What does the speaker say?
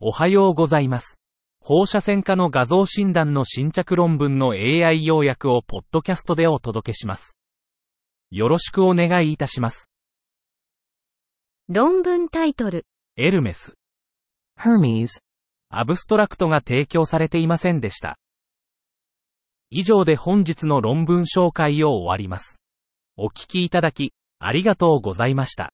おはようございます。放射線科の画像診断の新着論文の AI 要約をポッドキャストでお届けします。よろしくお願いいたします。論文タイトル。エルメス。 Hermes, アブストラクトが提供されていませんでした。以上で本日の論文紹介を終わります。お聞きいただき、ありがとうございました。